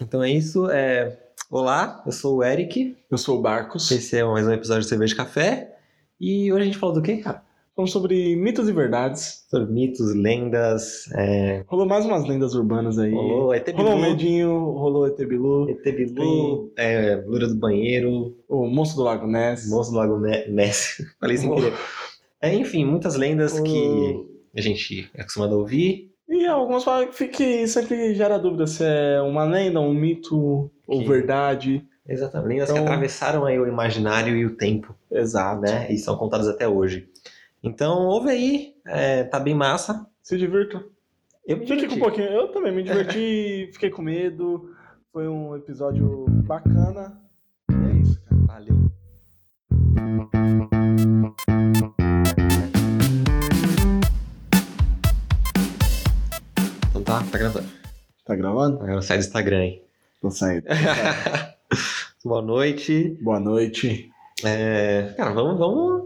Então é isso. É... Olá, eu sou o Eric. Eu sou o Barcos. Esse é mais um episódio de Cerveja de Café. E hoje a gente falou do quê, cara? Falamos sobre mitos e verdades. Sobre mitos, lendas. É... Rolou mais umas lendas urbanas aí. Rolou é ET Rolou um Bilu. medinho, rolou ET Bilu, ET Bilu, é, Loura do Banheiro, o Monstro do Lago Ness. Moço do Lago Ne- Ness. Falei sem querer. É, enfim, muitas lendas o- que a gente é acostumado a ouvir. E algumas falam que que sempre gera dúvida se é uma lenda, um mito ou Que- verdade. Exatamente. Lendas que Então- atravessaram aí o imaginário e o tempo. Exato. né? E são contadas até hoje. Então, ouve aí, é, tá bem massa. Se divirta. Eu me Fiquei com um diverti. pouquinho. Eu também me diverti, fiquei com medo. Foi um episódio bacana. E é isso, cara. Valeu. Então tá, tá gravando. Tá gravando? Agora sai do Instagram aí. Tô saindo. Boa noite. Boa noite. É, cara, vamos, vamos.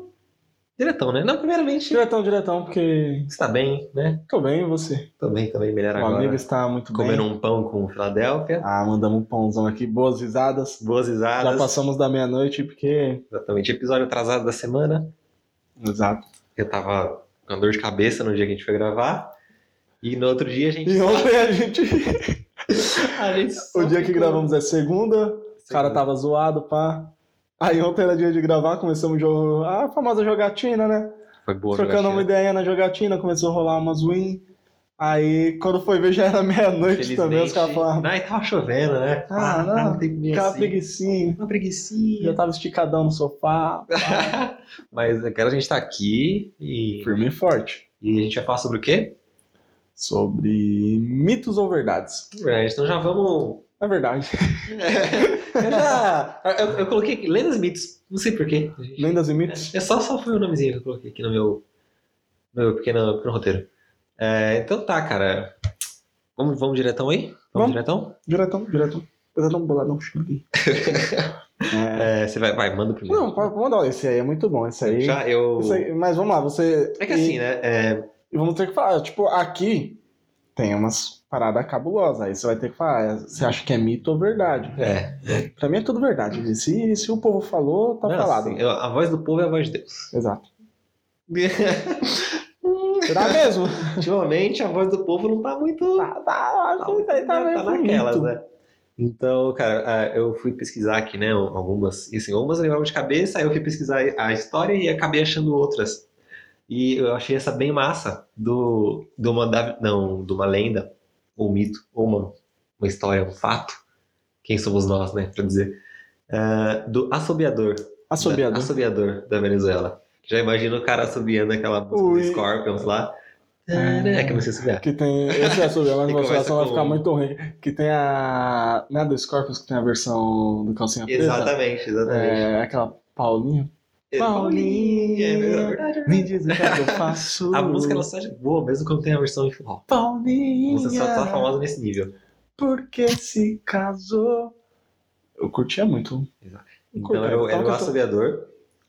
Diretão, né? Não, primeiramente, Diretão, diretão, porque você tá bem, né? tô bem e você. Tô bem, também, melhor O amigo agora. está muito Comendo bem. um pão com Filadélfia. Ah, mandamos um pãozão aqui. Boas risadas. Boas risadas. Já passamos da meia-noite porque. Exatamente. Episódio atrasado da semana. Exato. Eu tava com dor de cabeça no dia que a gente foi gravar. E no outro dia a gente. E ontem a gente. a gente só o dia que ficou- gravamos é segunda. O cara tá tava zoado, pá. Aí ontem era dia de gravar, começamos o jogo. A famosa jogatina, né? Foi boa, Trocando jogatina. uma ideia na jogatina, começou a rolar umas win. Aí, quando foi ver, já era meia-noite Felizmente. também, os caras falaram, Não, e tava chovendo, né? Ah, não. tava um tempo meio cara assim. preguicinho, Uma já preguicinha. tava esticadão no sofá. Mas agora a gente tá aqui e, Firme e forte. e a gente vai falar sobre o quê? Sobre mitos ou verdades? É, então já vamos. É verdade. Eu já. Eu, eu coloquei aqui, lendas e mitos. Não sei porquê. Lendas e mitos? É só, só foi o nomezinho que eu coloquei aqui no meu, no meu pequeno, pequeno roteiro. É, então tá, cara. Vamos, vamos diretão aí? Vamos, Vamos. diretão? Diretão, diretão. Diretão, boladão, xinguei. é. É, você vai, vai, manda o primeiro. Não, pode mandar. Esse aí é muito bom, esse aí. Já eu. esse aí- mas vamos lá, você. É que e- assim, né? é, E vamos ter que falar, tipo, aqui tem umas paradas cabulosas. Aí você vai ter que falar, você acha que é mito ou verdade? é, Pra mim é tudo verdade. Se, se o povo falou, tá não, falado. assim, eu- a voz do povo é a voz de Deus. Exato. Será mesmo? Ultimamente a voz do povo não tá muito. tá, tá, acho que isso aí tá meio tá bonito. naquelas, né? Então, cara, ah, eu fui pesquisar aqui, né? Algumas, e, assim, algumas eu lembrava de cabeça, aí eu fui pesquisar a história e acabei achando outras. E eu achei essa bem massa do, de, uma, da- não, de uma lenda, ou um mito, ou uma, uma história, um fato. Quem somos nós, né? Pra dizer. Ah, do assobiador. Da, Assobiador. assobiador da Venezuela. Já imagino o cara assobiando aquela música Ui. do Scorpions lá. É que eu não sei assobiar. Que tem. Esse é assobio, mas E uma começa situação vai com- ficar muito ruim. Que tem a. Não é do Scorpius que tem a versão do calcinha preta? Exatamente, exatamente. É aquela Paulinha. Paulinha, é verdade. Me diz o que é que eu faço. A música ela só é boa, mesmo quando tem a versão em forró. Paulinha. Você só tá famosa nesse nível. Porque se casou. Eu curtia muito. Então Curta, eu era então o eu tô- assobiador.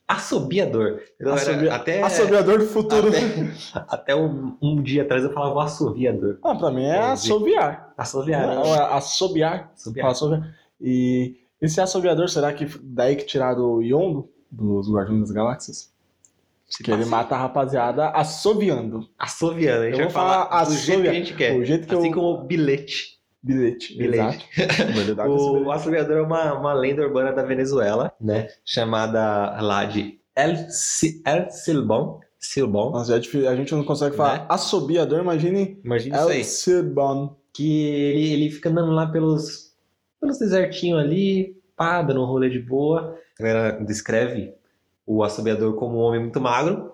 Assobiador. Eu Assobi- era até, Assobiador do futuro. até, até um, um dia atrás eu falava assobiador. Ah, pra mim é Entendi. assobiar. Assobiar. né? Não, é assobiar. Fala Assobiar. assobiar. E esse assobiador, será que daí que tiraram o Yondo dos Guardiões das Galáxias? Se Que ele passa- mata a rapaziada assobiando. Assobiando. A gente Eu vai vou falar falar, do jeito que a assobia- gente quer. O jeito que assim eu. como bilhete. Bilhete. Bilhete. Exato. Mano, eu dava esse O bilhete. assobiador é uma, uma lenda urbana da Venezuela, né? Chamada lá de El, Si- El Silbón. Silbón. Nossa, é difícil. A gente não consegue Né? falar assobiador, imagine Imagina isso aí. El Sirban. que ele, ele fica andando lá pelos, pelos desertinhos ali, pá, dando um rolê de boa. A galera descreve o assobiador como um homem muito magro,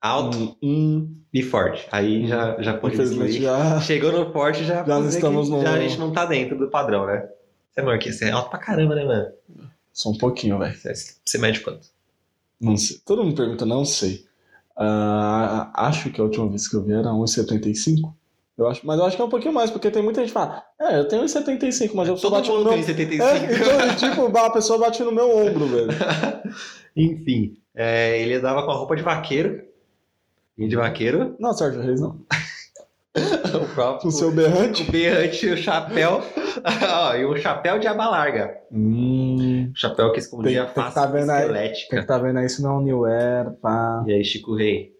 alto Hum, e forte. Aí já, já pode infelizmente excluir. já. Chegou no forte, já, Já pode não dizer estamos que no- já a gente não tá dentro do padrão, né? Você é maior que você é alto pra caramba, né, mano? Só um pouquinho, velho. Você, é, você mede quanto? Não sei. Todo mundo pergunta, não sei. Ah, acho que a última vez que eu vi era 1,75. Eu acho, mas eu acho que é um pouquinho mais, porque tem muita gente que fala, é, eu tenho 1,75, mas eu só É, Todo bati no mundo meu. tem 75. É, então, tipo, a pessoa bate no meu ombro, velho. Enfim, é, ele andava com a roupa de vaqueiro. E de vaqueiro, Tá Não, Sérgio Reis, não. o próprio O seu berrante. o berrante, o chapéu Ó, e um chapéu de aba larga. Hum. Chapéu que escondia Tem- tem que a face tá vendo aí. esquelética. Quem tá vendo aí, isso não é um New Era, pá. E aí, Chico Rei?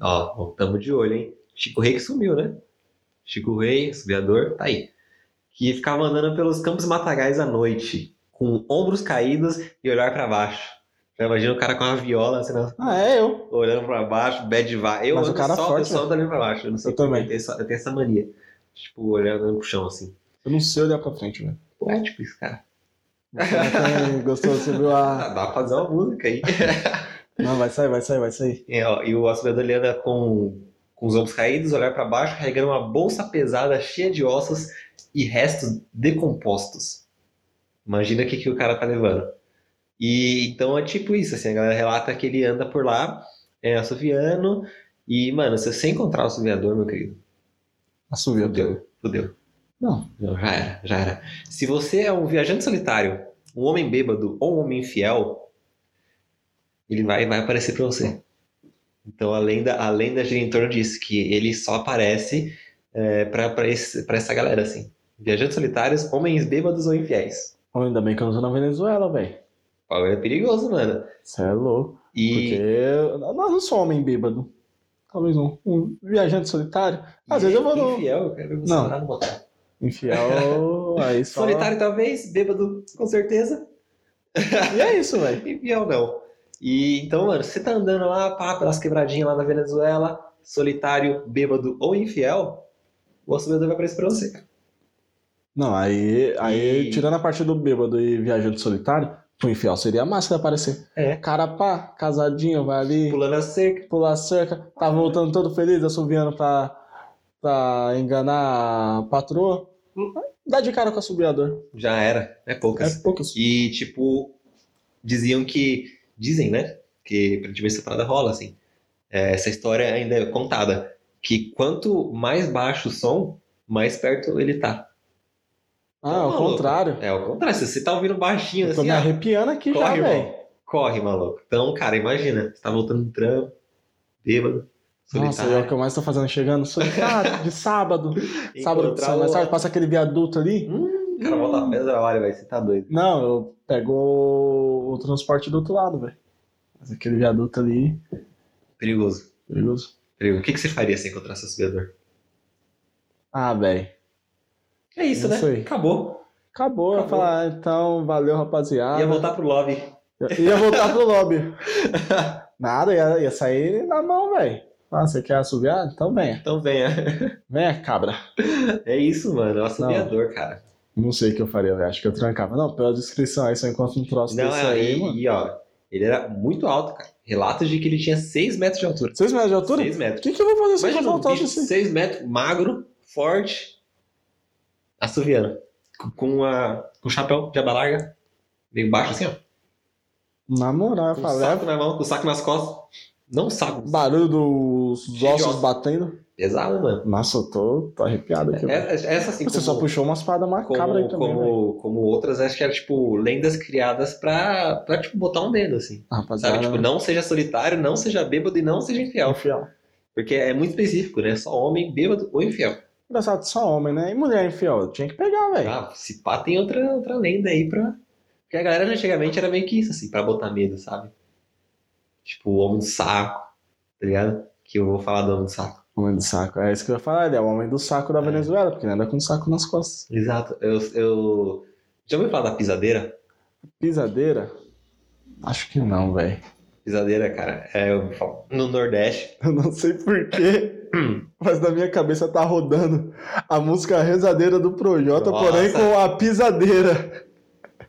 Ó, tamo de olho, hein? Chico Rei que sumiu, né? Chico Rei, subiador, tá aí. Que ficava andando pelos campos matagais à noite, com ombros caídos e olhar pra baixo. Já imagina o cara com uma viola, assim, né? Ah, é eu. olhando pra baixo, bad vibe. Eu Mas o ando cara é só, forte, eu só ando olhando pra baixo. Eu, não sei Eu como, também. Eu tenho, essa, eu tenho essa mania. Tipo, olhando olhando pro chão, assim. Eu não sei olhar pra frente, velho. Poético esse cara. Quem Gostou, você viu a. Ah, dá pra fazer uma música aí. Não, vai sair, vai sair, vai sair. É, ó, e o assobiador ele anda com, com os ombros caídos, olhar para baixo, carregando uma bolsa pesada cheia de ossos e restos decompostos. Imagina o que, que o cara tá levando. E então é tipo isso, assim, a galera relata que ele anda por lá, é assoviando, e, mano, se você encontrar o assoviador, meu querido, Assumiu, Deus. fudeu, fudeu. Não. Não, já era, já era. Se você é um viajante solitário, um homem bêbado ou um homem infiel, ele vai, vai aparecer pra você. Então a lenda, a lenda gira em torno disso, que ele só aparece é, pra, pra, esse- pra essa galera, assim. Viajantes solitários, homens bêbados ou infiéis. Ainda bem que eu não tô na Venezuela, velho. O bagulho é perigoso, mano. Você é louco. Porque E, eu não, não sou homem bêbado. Talvez não. Um viajante solitário. Às vezes eu vou no. Infiel, eu quero ver você Não. morar no motel. Infiel. Aí só. Solitário talvez, bêbado com certeza. E é isso, velho. Infiel não. E então, mano, você tá andando lá, pá, pelas quebradinhas lá na Venezuela, solitário, bêbado ou infiel, o assobiador vai aparecer pra você. Não, aí, aí E- tirando a parte do bêbado e viajante solitário, pro infiel seria massa de aparecer. É. Cara, pá, casadinho, vai ali, Pulando a cerca. pular a cerca, tá voltando todo feliz, assobiando pra, pra enganar a patroa. Dá de cara com o assobiador. Já era, é É poucas. poucas. E, tipo, diziam que. Dizem, né? Que pra gente ver se essa parada rola, assim. É, essa história ainda é contada. Que quanto mais baixo o som, mais perto ele tá. Ah, ao maluco. contrário. É o contrário. Se você tá ouvindo baixinho, Eu tô assim, me ah, arrepiando aqui já, Corre, velho. irmão. Corre, maluco. Então, cara, imagina. Você tá voltando no trampo, bêbado, Nossa, é o solitário. que eu mais tô fazendo chegando. Solitário, de sábado. sábado que Encontrar sai mais o- tarde, passa aquele viaduto ali. Hum, o cara volta a pedra, olha, velho, você tá doido. Não, eu pego o, o transporte do outro lado, velho. Mas aquele viaduto ali, Perigoso. perigoso. Perigoso. O que, que você faria se encontrar seu subiador? Ah, velho. É isso, Não né? sei. Acabou. Acabou, eu ia Acabou. falar, ah, então, valeu, rapaziada. Ia voltar pro lobby. Eu- ia voltar pro lobby. Nada, ia, ia sair na mão, velho. Ah, você quer assoviar? Então venha. Então venha. Venha, cabra. É isso, mano. É um assobiador, cara. Não sei o que eu faria, velho. Acho que eu trancava. Não, pela descrição aí, só encontro um troço Não, desse é, aí, e, mano. e, ó, ele era muito alto, cara. Relatos de que ele tinha 6 metros de altura. Seis metros de altura? 6 O metros. que, que eu vou fazer se eu Imagina um encontrar um bicho troço de desse? 6 metros, magro, forte, assoviando. Com- Com a, com o chapéu de aba larga, meio baixo assim, ó. Na moral, eu Com o falei, saco na mão, com o saco nas costas. Não um saco. é barulho dos Cheio de ossos osso. batendo. Pesado, mano. Nossa, eu tô, tô arrepiado aqui. velho. Essa, essa assim, Você como, só puxou umas paradas como, macabras aí também, né? como, velho. como outras, acho que era, tipo, lendas criadas pra, pra tipo, botar um dedo, assim. Sabe? Rapaziada, Tipo, não seja solitário, não seja bêbado e não seja é o infiel. fiel. Porque é muito específico, né? Só homem, bêbado ou infiel. Engraçado, só homem, né? E mulher infiel, tinha que pegar, velho. Ah, se pá, tem outra, outra lenda aí pra. Porque a galera antigamente era meio que isso, assim, pra botar medo, sabe? Tipo, o homem do saco, tá ligado? Que eu vou falar do homem do saco. Homem do saco. É isso que eu ia falar, ele é o homem do saco da É. Venezuela, porque ele anda com um saco nas costas. Exato. Eu, eu... Já ouviu falar da pisadeira? Pisadeira? Acho que não, velho. Pisadeira, cara, é, eu falo, no Nordeste. Eu não sei porquê, mas na minha cabeça tá rodando a música Rezadeira do Projota, Nossa. porém com a pisadeira.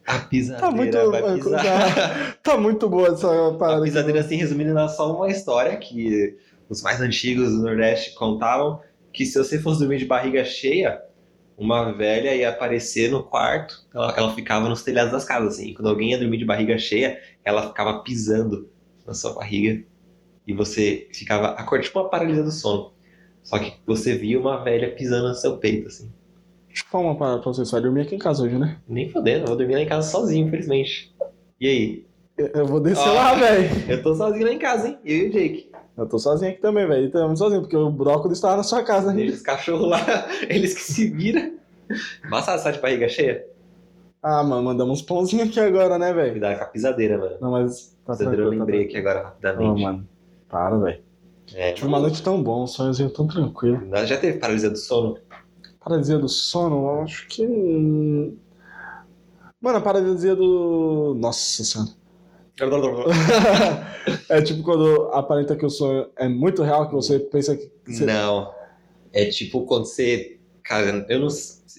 A pisadeira Tá muito, vai pisar. tá muito boa essa A parada aqui. pisadeira, assim, resumindo, era só uma história que os mais antigos do Nordeste contavam que se você fosse dormir de barriga cheia, uma velha ia aparecer no quarto. Ela, ela ficava nos telhados das casas, assim. E Quando alguém ia dormir de barriga cheia, ela ficava pisando na sua barriga e você ficava acordado, tipo uma paralisia do sono. Só que você via uma velha pisando no seu peito, assim. Deixa eu falar uma parada pra você, você vai dormir aqui em casa hoje, né? Nem fodendo, eu vou dormir lá em casa sozinho, infelizmente. E aí? Eu- Eu vou descer Ó. lá, velho. Eu tô sozinho lá em casa, hein? Eu e o Jake. Eu tô sozinho aqui também, velho. Estamos sozinho, porque o brócolis tava na sua casa. Deixa os cachorros lá, eles que se viram. Massa, tá de barriga cheia? Ah, mano, mandamos uns pãozinhos aqui agora, né, Me velho? dá com a pisadeira, mano. Não, mas. Tá Pisadeira eu tranquilo, tá lembrei aqui agora rapidamente. tranquilo. Ô, mano. Para, velho. É, Tive uma noite tão bom, um sonhozinho tão tranquilo. nós já teve paralisia do sono? Paralisia do sono, eu acho que. hum, Mano, a paralisia do. Nossa senhora. é tipo quando aparenta que o sonho é muito real, que você pensa que. Você... Não. É tipo quando você. Cara, eu não.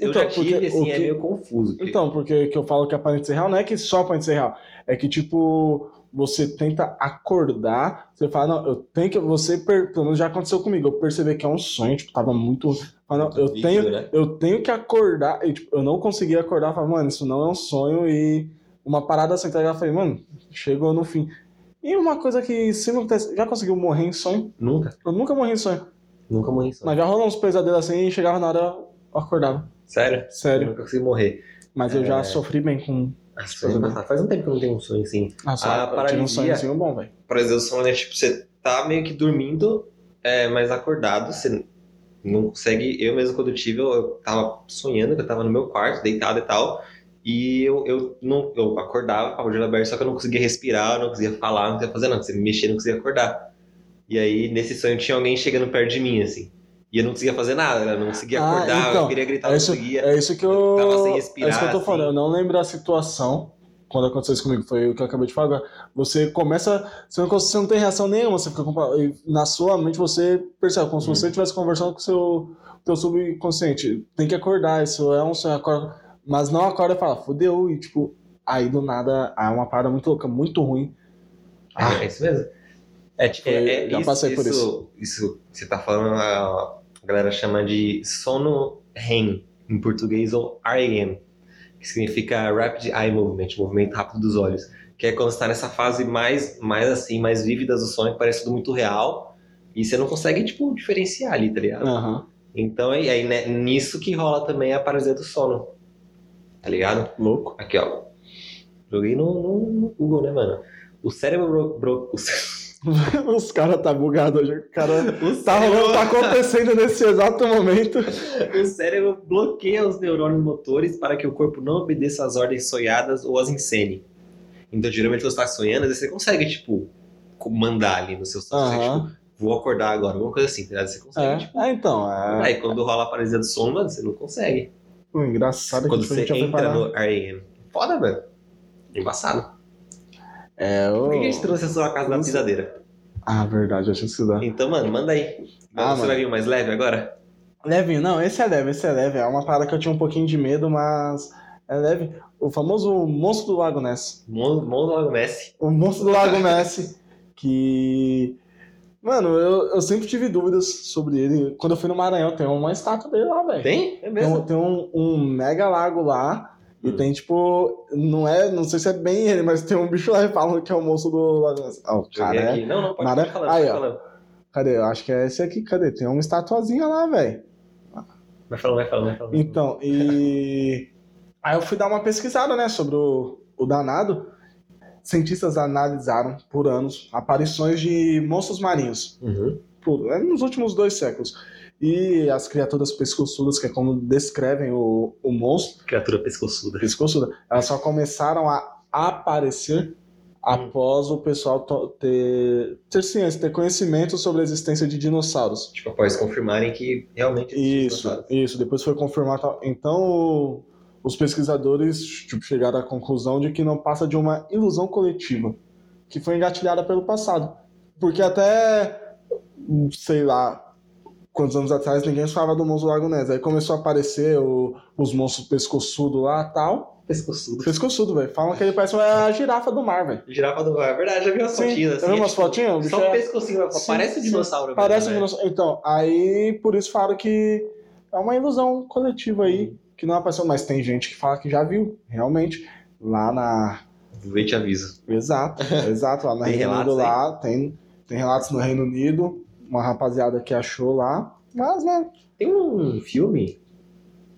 Eu Então, já tive, porque assim, o é que- meio confuso. porque- Então, porque que eu falo que aparenta ser real, não é que só aparenta ser real. É que, tipo, você tenta acordar, você fala, não, eu tenho que. Você, per- pelo menos já aconteceu comigo, eu percebi que é um sonho, tipo, tava muito. Fala, não, eu Muito tenho, vívido, né? eu tenho que acordar. E, tipo, eu não consegui acordar, eu falei, mano, isso não é um sonho. E uma parada assim, tá ligado? Eu falei, mano, chegou no fim. E uma coisa que sempre acontece, já conseguiu morrer em sonho? Nunca. Eu nunca morri em sonho. Nunca morri em sono. Mas já rolou uns pesadelos assim e chegava na hora, eu acordava. Sério? Eu Sério. nunca consegui morrer. Mas eu já É. sofri bem com. Nossa, foi engraçado. faz um tempo que eu não tenho um sonho assim. Ah, só, A eu tive paralisia- um sonhozinho bom, velho. paralisia do sono é tipo, você tá meio que dormindo, é, mas acordado, você não consegue. Eu mesmo, quando eu tive, eu, eu tava sonhando que eu tava no meu quarto, deitado e tal. E eu, eu não eu acordava com a olho aberto, só que eu não conseguia respirar, eu não conseguia falar, não conseguia fazer nada, você me mexia, não conseguia acordar. E aí, nesse sonho, tinha alguém chegando perto de mim, assim. E eu não conseguia fazer nada, eu não conseguia Ah, acordar, então, eu queria gritar, é não isso- conseguia. É isso que Eu eu. tava sem respirar, é isso que eu tô assim. falando. Eu não lembro a situação quando aconteceu isso comigo. Foi o que eu acabei de falar. agora. Você começa. Você não, cons- você não tem reação nenhuma. Você fica com- e Na sua mente você percebe, como se Hum. você estivesse conversando com o seu, teu subconsciente. Tem que acordar, isso é um sonho. Acorda, mas não acorda e fala, fodeu. E tipo, aí do nada é uma parada muito louca, muito ruim. Ah, É, é isso mesmo. É, tipo, Foi- é, é já isso, passei por isso. Isso que você tá falando, a a galera chama de sono REM, em português, ou REM, que significa Rapid Eye Movement, movimento rápido dos olhos, que é quando você tá nessa fase mais, mais assim, mais vívida do sonho, que parece tudo muito real, e você não consegue, tipo, diferenciar ali, tá ligado? Aham. Então, e aí, né, nisso que rola também a paralisia do sono, tá ligado? Louco. Aqui, ó. Joguei no, no- no Google, né, mano? O cérebro. Bro, bro- o cé- Os caras tá bugado hoje. O cara. o Tá rolando, tá cérebro, acontecendo nesse exato momento. o cérebro bloqueia os neurônios motores para que o corpo não obedeça às ordens sonhadas ou as encene. Então, geralmente, quando você tá sonhando, às vezes você consegue, tipo, co- mandar ali no seu sonho. Aham. tipo, vou acordar agora, alguma coisa assim, tá ligado? Você consegue, É, tipo. é, então, é. Aí, quando rola a paralisia do sono, mano, você não consegue. O engraçado é que quando tipo, a você gente já foi entra parar. no REM. Foda, velho. Embaçado. É, Por que a o... gente trouxe essa casa da Não sei. pisadeira? Ah, verdade, acho que isso dá. Então, mano, manda aí. Ah, você mano. vai vir mais leve agora? Leve, não, esse é leve, esse é leve. É uma parada que eu tinha um pouquinho de medo, mas é leve. O famoso monstro do Lago Ness. Mon- Monólogo Messi. O monstro do Lago Ness, que. Mano, eu, eu sempre tive dúvidas sobre ele. Quando eu fui no Maranhão, tem uma estátua dele lá, velho. Tem? É Tem, mesmo? um, tem um, um mega lago lá. E Hum. tem tipo, não é, não sei se é bem ele, mas tem um bicho lá falando que é o monstro do Lago Ness. Ah, o Joguei cara é aqui. Não, não, pode, Nada- pode falar. Aí, pode ó. falar. Cadê? Eu acho que é esse aqui. Cadê? Tem uma estatuazinha lá, velho. Vai falando, vai falando, vai falando. Então, e. Aí eu fui dar uma pesquisada, né, sobre o, o danado. Cientistas analisaram por anos aparições de monstros marinhos Uhum. por- é nos últimos dois séculos. E as criaturas pescoçudas, que é como descrevem o, o monstro, Criatura pescoçuda. pescoçuda, elas só começaram a aparecer após o pessoal to- ter, ter ciência, ter conhecimento sobre a existência de dinossauros. Tipo, após confirmarem que realmente existem Isso, dinossauros. isso. Depois foi confirmado. tal. Então, o- os pesquisadores tipo, chegaram à conclusão de que não passa de uma ilusão coletiva que foi engatilhada pelo passado. Porque até, sei lá, quantos anos atrás ninguém falava do monstro do Lago Ness. Aí começou a aparecer o- os monstros pescoçudo lá tal. Pescoçudo. Pescoçudo, velho. Falam que ele parece uma girafa do mar, velho. Girafa do mar. É verdade, já vi umas Sim, fotinhas. já vi é umas tipo, fotinhas? O bicho Só um é- pescocinho. Sim, parece um sim. dinossauro. mesmo, Parece um né? dinossauro. Então, aí por isso falaram que é uma ilusão coletiva aí, Uhum. que não apareceu, mas tem gente que fala que já viu, realmente. Lá na. Vou ver e te aviso. Exato, exato, lá no Tem Reino Unido relatos aí? lá, tem, tem relatos no Reino Unido, uma rapaziada que achou lá. Mas, né? Tem um filme?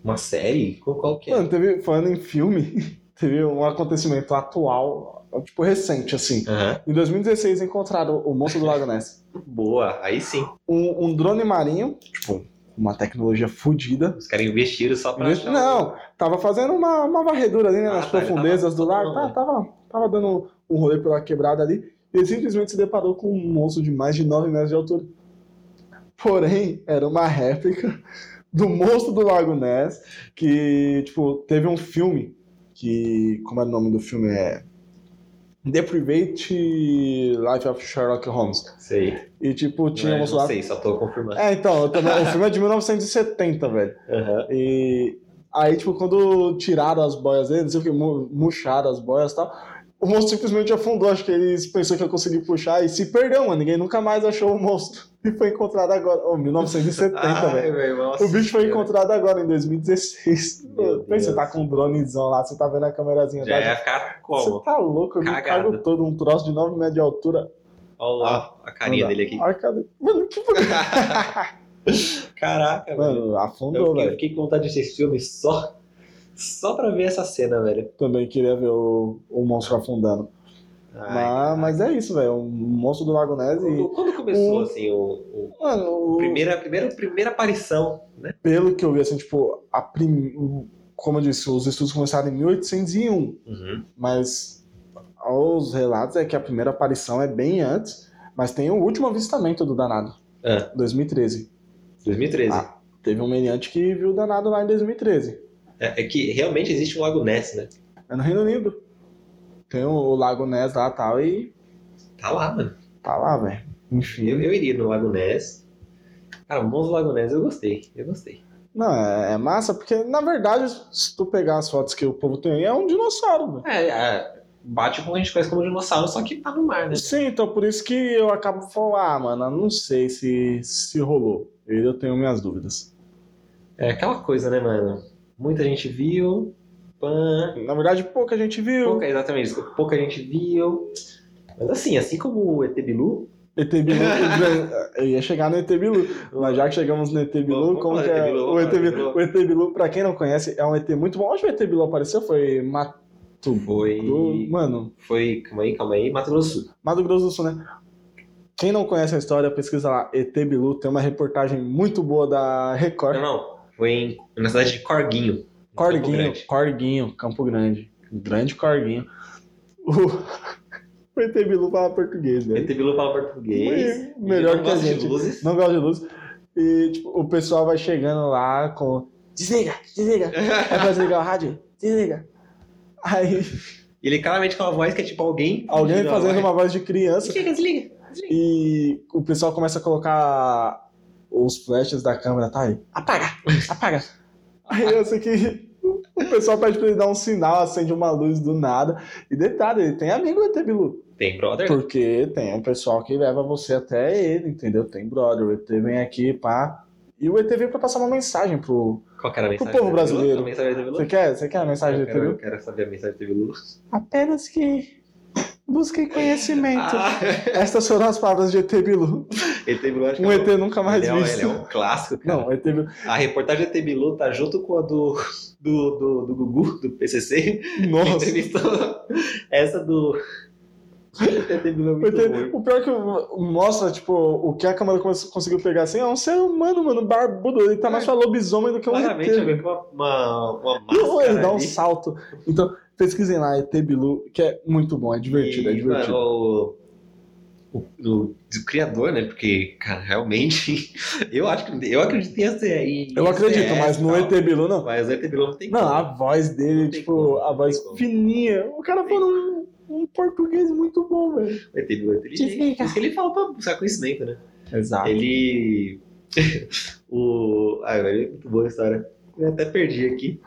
Uma série? Qual, qual que é? Mano, teve, falando em filme, teve um acontecimento atual, tipo, recente, assim. Aham. Em 2016 encontraram o monstro do Lago Ness. Boa, aí sim. um, um drone marinho, tipo, uma tecnologia fodida. Os caras investiram só pra. Investi- achar um- Não, tava fazendo uma, uma varredura ali né, Ah, nas tá, ele profundezas tava- do lago, tava- tá- tava, tava dando um rolê pela quebrada ali, e ele simplesmente se deparou com um monstro de mais de 9 metros de altura. Porém, era uma réplica do monstro do Lago Ness, que, tipo, teve um filme que, como é o nome do filme? É The Private Life of Sherlock Holmes. um- Sei. E, tipo, Não, é, tínhamos não lá... sei, só tô confirmando. É, então, eu também- o filme é de 1970, velho. Aham. E aí, tipo, quando tiraram as boias dele, não sei o que, mu- murcharam as boias e tal, o monstro simplesmente afundou. Acho que eles pensou que eu consegui puxar e se perdeu, mano. Ninguém nunca mais achou o monstro. E foi encontrado agora. Ô, 1970, Ai, velho. velho, nossa O bicho foi senhora. encontrado agora, em 2016. Meu Pensa, você Deus. tá com um dronezão lá, você tá vendo a câmerazinha Já da ia ficar Você como? tá louco, eu vi o Cagado. cargo todo, um troço de 9 metros de altura. Olha lá a carinha Ah, Não dá. dele aqui. Olha, cadê? Mano, que Caraca, velho. Mano, É Eu fiquei, afundou, eu velho. fiquei com vontade de assistir filme só, só pra ver essa cena, velho. Também queria ver o- o monstro afundando. Ai, Mas, mas é isso, velho. O monstro do Lago Ness e. Quando- Quando começou, o- assim, o, o- Mano, o- primeira, primeira, primeira aparição, né? pelo que eu vi, assim, tipo, a prim... o- como eu disse, os estudos começaram em 1801, Uhum. mas os relatos é que a primeira aparição é bem antes, mas tem o último avistamento do danado, É. 2013. 2013. Ah. Teve um meliante que viu o danado lá em 2013, É, é que realmente existe um Lago Ness, né? é no Reino Unido. Tem o, o Lago Ness lá e tal, e Tá lá, mano. tá lá, velho. Enfim. Eu, eu iria no Lago Ness. Cara, bons Lago Ness, eu gostei. Eu gostei. Não, é, é massa, porque na verdade, se tu pegar as fotos que o povo tem, aí, é um dinossauro, velho. É, é, bate com o que a gente conhece como dinossauro, só que tá no mar, né? Sim, então por isso que eu acabo falando, ah, mano, eu não sei se, se rolou. Ele eu tenho minhas dúvidas. É aquela coisa, né, mano? Muita gente viu. Pã, Na verdade, pouca gente viu. pouca, exatamente isso. Pouca gente viu. Mas assim, assim como o ET Bilu, ET Bilu, um, eu ia chegar no ET Bilu, mas já que chegamos no ET Bilu, Vamos como falar que do ET é? Bilu, O vamos ET falar do Bilu, o ET Bilu, pra quem não conhece, é um ET muito bom. Onde o ET Bilu apareceu? Foi Mato foi. Grosso, mano, Foi. Calma aí, calma aí. Mato Grosso do Sul. Mato Grosso do Sul, né? Quem não conhece a história, pesquisa lá, ET Bilu, tem uma reportagem muito boa da Não, Record. não. Foi em- na cidade de Corguinho. em Campo Corguinho, Grande. Corguinho, Campo Grande. Grande Corguinho. O, o ET Bilu fala português, O né? ET Bilu fala português. Muito É, Melhor Ele não que a gosta de gente. luzes. Não gosta de luz. E tipo, o pessoal vai chegando lá com. Desliga, desliga. É pra desligar o rádio? Desliga. Aí Ele claramente com uma voz que é tipo alguém. alguém Não, fazendo é. uma voz de criança Desliga, desliga. desliga. e o pessoal começa a colocar os flashes da câmera, tá aí. Apaga. apaga. Aí eu sei que o pessoal pede pra ele dar um sinal, acende uma luz do nada. E detalhe, ele tem amigo ET Bilu. Tem brother? Porque tem um pessoal que leva você até ele, entendeu? Tem brother, o ET vem aqui, pá. E o ET veio pra passar uma mensagem pro. Qual que era a mensagem? povo do brasileiro. Bilu? A mensagem do Bilu? Você quer, você quer a Eu mensagem do ET quero, Bilu? eu quero saber a mensagem do Bilu. Apenas que busquem conhecimento. Ah, Essas foram as palavras de ET Bilu. ET Bilu acho que Um é ET nunca mais ele é, um- ele é visto. um clássico, cara. Não, ET Bilu. A reportagem do ET Bilu tá junto com a do, do, do, do Gugu, do PCC. Ele é Nossa. Entrevistou essa do... ET Bilu é muito Porque ruim. o pior que mostra, tipo, o que a câmera cons- conseguiu pegar assim, é um ser humano, mano, barbudo. Ele tá mais pra lobisomem do que um É. Claramente, ET. alguém com uma, uma, uma E o- máscara ele dá um ali. salto. Então, pesquisem lá, ET Bilu, que é muito bom, é divertido, é E, divertido. mano, o, o, o- o criador, né? Porque, cara, realmente. Eu acho que. Eu acredito em essa aí. Eu acredito, mas no ET Bilu não. Mas o ET Bilu é não tem Não, como. a voz dele, Não tem tipo, como, a não voz tem como. fininha. O cara Não tem falando um, um português muito bom, velho. O ET Bilu é inteligente. Desliga. Por isso que ele fala pra buscar conhecimento, né? Exato. Ele. o. Ai, velho, é muito boa a história. Eu até perdi aqui.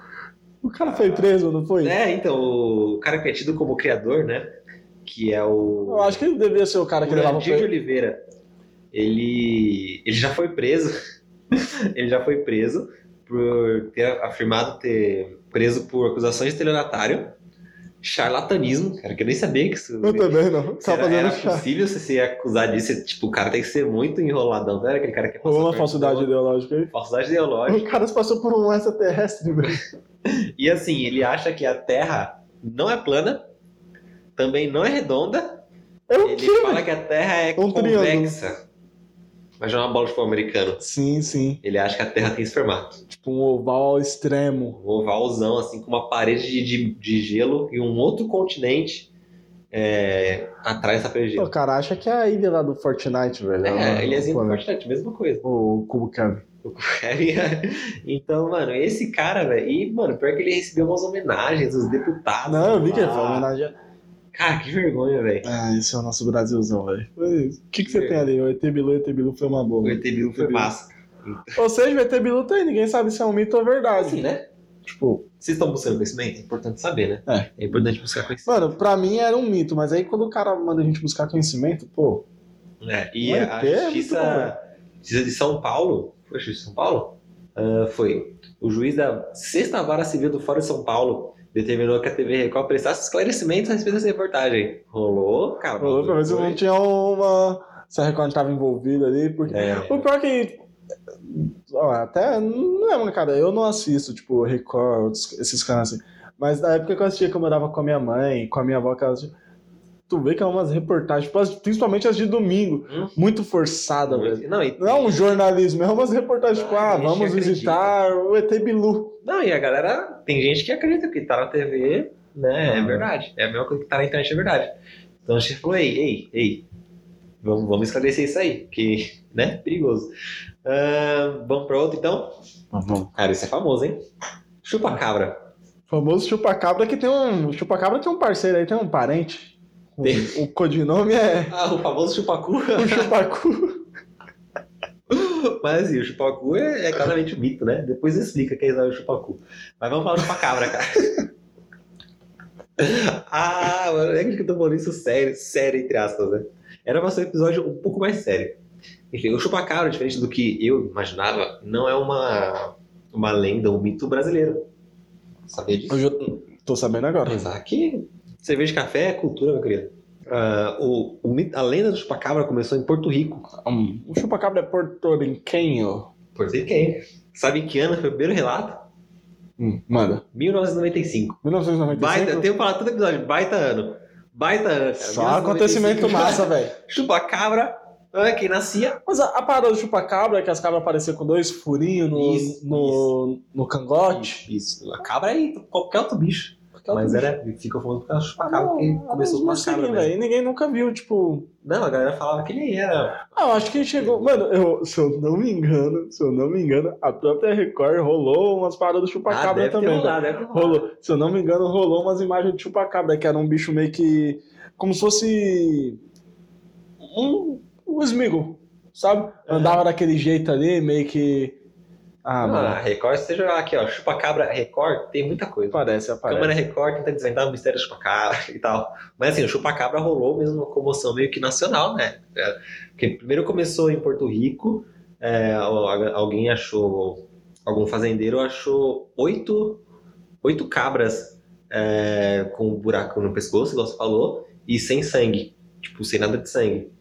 O cara foi preso, não foi? É, então, o cara que é tido como criador, né? Que é o. Eu acho que ele devia ser o cara que o levava Randir de preso. Oliveira, ele, ele já foi preso. ele já foi preso por ter afirmado ter preso por acusações de estelionatário, charlatanismo, cara, que eu nem sabia que isso. Eu também não. se Tá Era, era fazendo chá. possível você se acusar disso, tipo, o cara tem que ser muito enroladão, não era aquele cara que Rolou uma passa- falsidade ideológica aí. falsidade ideológica. O cara se passou por um extraterrestre, velho. E assim, ele acha que a Terra não é plana, também não é redonda, É o Ele quê? fala que a Terra é Um triângulo. convexa. Mas não é uma bola de futebol americano. Sim, sim. Ele acha que a Terra tem esse formato. Tipo um oval ao extremo. Um ovalzão, assim, com uma parede de, de, de gelo e um outro continente é, atrás dessa parede de O gelo. cara acha que é a ilha lá do Fortnite, velho. É, ele é assim assim do Fortnite, mesma coisa. O Cubo Cam. tá então, mano, esse cara, velho. E, mano, pior que ele recebeu umas homenagens, os deputados. Não, eu vi lá. que ele foi homenagem. Cara, que vergonha, velho. Ah, esse é o nosso Brasilzão, velho. Mas O que, que você É. tem ali? O ET Bilu, o ET Bilu foi uma boa. O ET Bilu foi massa. Ou seja, o ET Bilu tem, ninguém sabe se é um mito ou verdade. Assim, né? Tipo, Vocês estão buscando conhecimento? É importante saber, né? É, importante buscar conhecimento. mano, pra mim era um mito, mas aí quando o cara manda a gente buscar conhecimento, pô, É, e Vai a ter, é muito justiça, justiça de São Paulo. Foi a justiça de São Paulo? Ah, foi. O juiz da sexta vara civil do Fórum de São Paulo determinou que a TV Record prestasse esclarecimentos a respeito dessa reportagem. Rolou, cara. falou pra um ver se Foi. não tinha uma. Se a Record tava envolvida ali, porque. É. O pior que. ó, Até. Não é, mano, cara, eu não assisto, tipo, Record, outros- esses caras assim. Mas na época que eu assistia, que eu morava com a minha mãe, com a minha avó, que ela assistia, Tu vê que é umas reportagens, tipo, as- principalmente as de domingo, Hum. muito forçada, velho. né? Não, e, Não é um jornalismo, é umas reportagens tipo, Ah, ah, a gente vamos acredita. visitar o ET Bilu. não, e a galera. Tem gente que acredita que tá na TV, né? É verdade. É a mesma coisa que tá na internet, é verdade. Então a gente falou: ei, ei, ei. Vamos, vamos esclarecer isso aí, que, né? Perigoso. Ah, vamos pra outro, então? Cara, isso é famoso, hein? Chupa cabra. Famoso chupacabra que tem um. o Chupacabra tem um parceiro aí, tem um parente. O, o codinome é Ah, o famoso chupacu. o Chupacu. Mas assim, o chupacu é, é claramente um mito, né? Depois explica quem é o chupacu. Mas vamos falar do chupacabra, cara. ah, mano, é que eu tô falando isso sério, sério, entre aspas, né? Era pra ser um episódio um pouco mais sério. Enfim, o chupacabra, diferente do que eu imaginava, não é uma, uma lenda, um mito brasileiro. Sabia disso? Eu já- tô sabendo agora. Mas aqui, cerveja de café é cultura, meu querido. Ah, o, o mito- a lenda do chupacabra começou em Porto Rico. Hum, O chupacabra é porto-riquenho. Porto Rico, é, hein? Sabe em que ano foi o primeiro relato? Hum, manda. 1995. Baita, 1995. tenho falado todo episódio, baita ano. Baita ano. cara. Só acontecimento 1995. massa, velho. Chupacabra, ah, quem nascia. Mas a, a parada do chupacabra é que as cabras apareciam com dois furinhos no, Isso, no, no cangote. Isso, a cabra é qualquer outro bicho. Ah, Mas era, ficou falando por causa do tá chupacabra, porque começou com uma uma cabra mesmo. velho. Ninguém nunca viu, tipo, Não, a galera falava que ele era. Ah, eu acho que chegou. Mano, eu- se eu não me engano, se eu não me engano, a própria Record rolou umas paradas do Ah, chupacabra deve ter também. né? rolado, deve ter rolado. Rolou. Se eu não me engano, rolou umas imagens de chupacabra, que era um bicho meio que. Como se fosse. Um, um esmigo, sabe? Andava daquele jeito ali, meio que. Ah, mano. É. Ah, Record, se você jogar aqui, ó, Chupacabra Record, tem muita coisa. Aparece, aparece. Câmara Record tenta desvendar o mistério do chupacabra e tal. Mas assim, o chupacabra rolou mesmo uma comoção meio que nacional, né? É, Porque primeiro começou em Porto Rico, é, al- alguém achou, algum fazendeiro achou oito, oito cabras é, com um buraco no pescoço, igual você falou, e sem sangue, tipo, sem nada de sangue.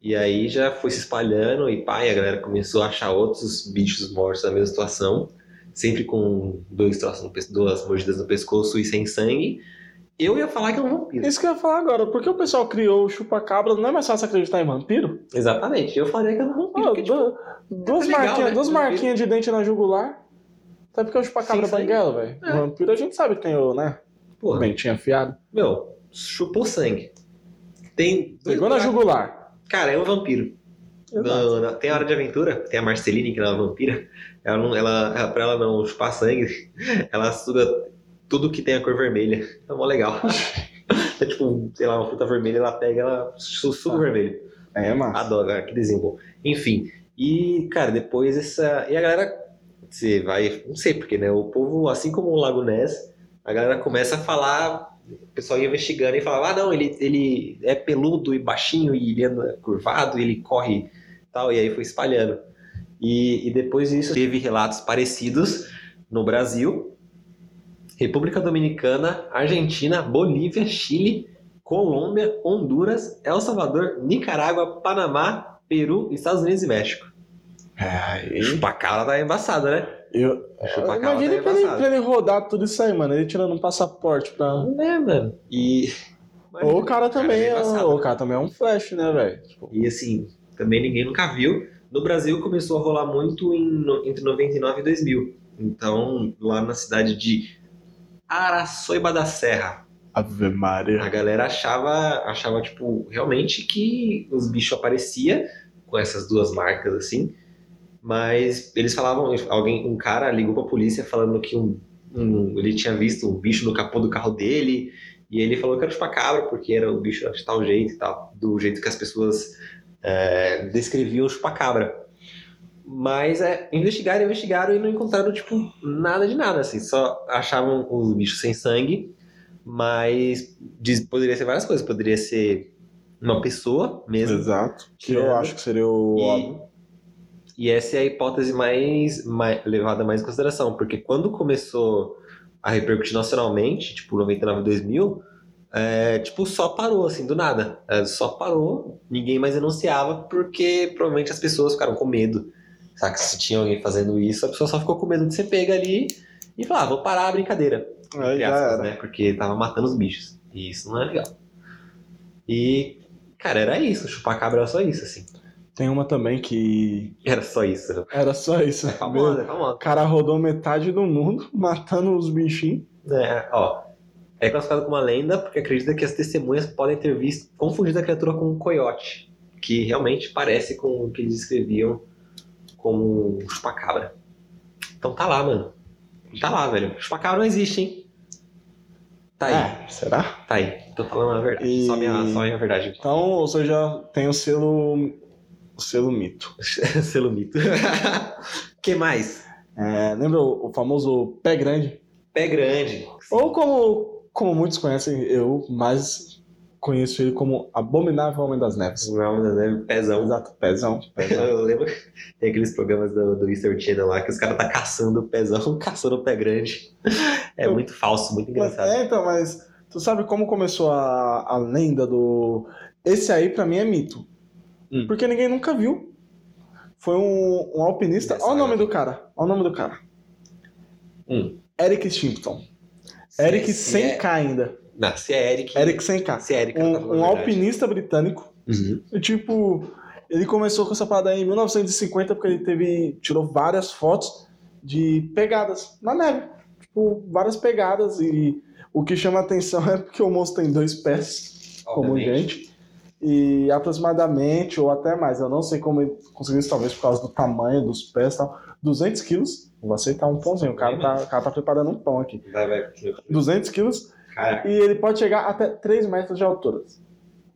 E aí já foi se espalhando e pai, a galera começou a achar outros bichos mortos na mesma situação sempre com dois troços no pescoço, duas mordidas no pescoço e sem sangue, eu ia falar que é um vampiro. Isso que eu ia falar agora, por que o pessoal criou o chupacabra? Não é mais fácil acreditar em vampiro? Exatamente, eu falaria que é um Ah, vampiro. porque, tipo, du- duas legal, marquinhas, né? duas Vampiro. marquinhas de dente na jugular. Até porque o chupacabra é Sim, sim. banguela, velho. É. Vampiro a gente sabe que tem o, né? porra, Bem, tinha afiado. meu, chupou sangue. Tem. dois Pegou na buracos- jugular. Cara, é um vampiro. Exato. No- na- tem a hora de aventura, tem a Marceline, que ela é uma vampira. Ela não, ela, ela- pra ela não chupar sangue, ela suga tudo que tem a cor vermelha. É mó legal. é tipo, sei lá, uma fruta vermelha, ela pega, ela su- suga o Tá. vermelho. É, mano. Adoro, cara, que desenho bom. Enfim, e, cara, depois essa. E a galera, você vai. Não sei porque, né? O povo, assim como o Lago Ness, a galera começa a falar. O pessoal ia investigando e falava: ah, não, ele, ele é peludo e baixinho e ele anda curvado, e ele corre e tal. E aí foi espalhando. E, e depois disso, teve relatos parecidos no Brasil, República Dominicana, Argentina, Bolívia, Chile. Colômbia, Honduras, El Salvador, Nicarágua, Panamá, Peru, Estados Unidos e México. Ai, Chupacabra tá embaçada, né? É, eu... Chupacabra tá Imagina pra ele, pra embaçada. ele rodar tudo isso aí, mano. Ele tirando um passaporte pra. Né, mano? E... Mas- Ou o cara também é é. embaçado, Ou o cara também é um flash, né, velho? Tipo, E assim, também ninguém nunca viu. No Brasil começou a rolar muito em, no- entre 99 e 2000. Então, lá na cidade de Araçoiba da Serra, Ave a Maria. galera achava, achava tipo, realmente que os bichos apareciam com essas duas marcas, assim. Mas eles falavam, alguém, um cara ligou pra polícia falando que um, um- ele tinha visto um bicho no capô do carro dele. E ele falou que era tipo cabra, porque era o bicho de tal jeito e tal. Do jeito que as pessoas é, descreviam o chupacabra. Mas é, investigaram, investigaram e não encontraram, tipo, nada de nada, assim. Só achavam os bichos sem sangue, mas diz- poderia ser várias coisas. Poderia ser uma pessoa mesmo. Exato. Que eu Tirando. acho que seria o óbvio. E, e essa é a hipótese mais, mais- levada mais em consideração, porque quando começou a repercutir nacionalmente, tipo 99, 2000, é, tipo só parou assim do nada, É, só parou, ninguém mais anunciava porque provavelmente as pessoas ficaram com medo. Saca? Se tinha alguém fazendo isso, a pessoa só ficou com medo de ser pega ali e falar, ah, vou parar a brincadeira Aí entre já aspas, era. né? Porque tava matando os bichos. E isso não é legal. E, cara, era isso. Chupacabra era só isso, assim. Tem uma também que Era só isso. era só isso. É famosa, é famosa. O cara rodou metade do mundo matando os bichinhos. É, ó, é classificado como uma lenda porque acredita que as testemunhas podem ter visto, confundido a criatura com um coiote. Que realmente parece com o que eles descreviam como um chupacabra. Então tá lá, mano. Tá lá, velho. Chupacabra não existe, hein? Tá aí, É, será? tá aí. Tô falando a verdade. Só, E- minha, só a minha verdade. Então, ou seja, tem o selo. O selo mito. Selo mito. que mais? É, lembra o, o famoso pé grande? Pé grande. Ou como, como muitos conhecem, eu mais conheço ele como Abominável Homem das Neves. O nome da neve, um, é pezão. Exato, pezão. pezão. Eu lembro que tem aqueles programas do, do Easter Channel lá que os caras tá caçando o pezão, caçando o pé grande. É Eu- muito falso, muito Mas, engraçado. é, então, mas tu sabe como começou a, a lenda do. Esse aí pra mim é mito. Hum. Porque ninguém nunca viu. Foi um, um alpinista. Dessa Olha o nome área. do cara. Olha o nome do cara. Hum. Eric Shimpton. Se- Eric se sem é- k ainda. Não, se é Eric. Eric sem k Se é Eric, ela tá Um, falando um a verdade. alpinista britânico. Uhum. E, tipo, ele começou com essa parada aí em 1950, porque ele teve. tirou várias fotos de pegadas na neve. Tipo, várias pegadas. E o que chama atenção é porque o moço tem dois pés como Obviamente. gente. E aproximadamente, ou até mais, eu não sei como ele conseguiu isso, talvez por causa do tamanho dos pés e tal. 200 quilos, vou aceitar um pãozinho, o cara, tá, o cara tá preparando um pão aqui. Vai, vai. 200 quilos, Caraca. e ele pode chegar até 3 metros de altura.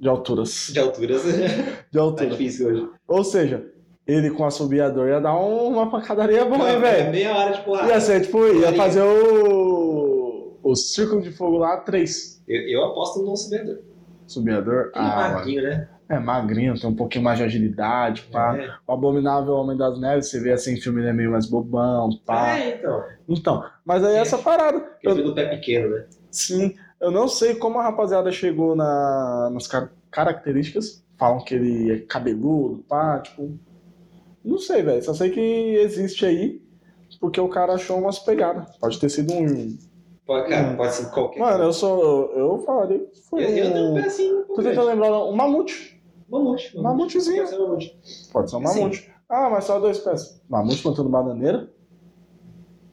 De alturas. De alturas. De tá altura. difícil hoje. Ou seja, ele com assobiador ia dar um- uma pancadaria boa, hein, é velho? meia hora de porrada. Ia ser, tipo, ia fazer o. O círculo de fogo lá, 3. Eu, eu aposto no subedor. Subiador, Ele é magrinho, né? Ah, É magrinho, tem um pouquinho mais de agilidade, pá. É. O Abominável Homem das Neves, você vê assim, filme ele é meio mais bobão, pá. É, então. Então, mas aí é essa parada. Eu Eu- vi do pé pequeno, né? sim, eu não sei como a rapaziada chegou na, nas ca- características. Falam que ele é cabeludo, pá, tipo. Não sei, velho. Só sei que existe aí, porque o cara achou umas pegadas. Pode ter sido um. Pode, cara, Hum. pode ser qualquer Mano, eu sou. Eu falaria que foi Eu, eu tenho um um. pé assim. Tô tentando lembrar um mamute. Mamute. Mamutezinho. Pode ser mamute. Pode ser um Sim. mamute. Ah, mas só dois pés. Mamute plantando bananeira.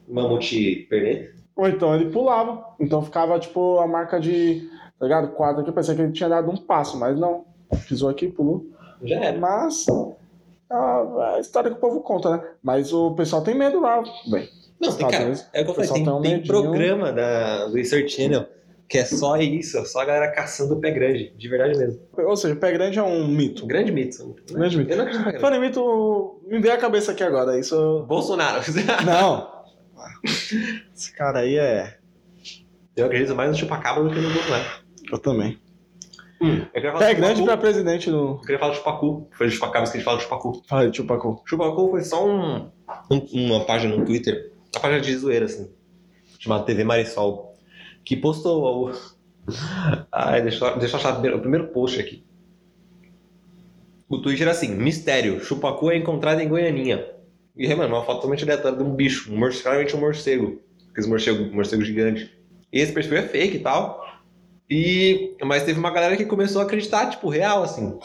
Mamute perneta. Ou então ele pulava. Então ficava, tipo, a marca de. Tá ligado? Quatro aqui. Eu pensei que ele tinha dado um passo, mas não. Pisou aqui, pulou. Já era. Mas. é A, a história que o povo conta, né? Mas o pessoal tem medo lá. Tá Bem, Não, tem, cara, talvez. é o que eu falei, Pessoal tem, tá um tem medinho. programa da, do Research Channel que é só isso, é só a galera caçando o pé grande, de verdade mesmo. Ou seja, pé grande é um mito. Um grande mito. Grande mito. Eu não acredito em pé grande. Falando em mito, me veio a cabeça aqui agora. Isso. eu- Bolsonaro. Não! Esse cara aí é. Eu acredito mais no chupacabra do que no Bolsonaro. Eu também. Eu queria falar Pé do É grande chupacu. pra presidente do. Eu queria falar do chupacu. Foi do chupacabra que a gente fala do chupacu. Fala aí, tio Paco. Chupacu foi só um- um- uma página no Twitter, uma página de zoeira, assim, chamada TV Marisol, que postou o. Ai, deixa, eu- deixa eu achar o primeiro, o primeiro post aqui. O Twitter era assim: mistério, chupacu é encontrado em Goianinha. E, mano, uma foto totalmente aleatória de um bicho, um morcego, claramente um morcego, aqueles morcego, morcego gigante. E esse perfil é fake e tal. E, mas teve uma galera que começou a acreditar, tipo, real, assim.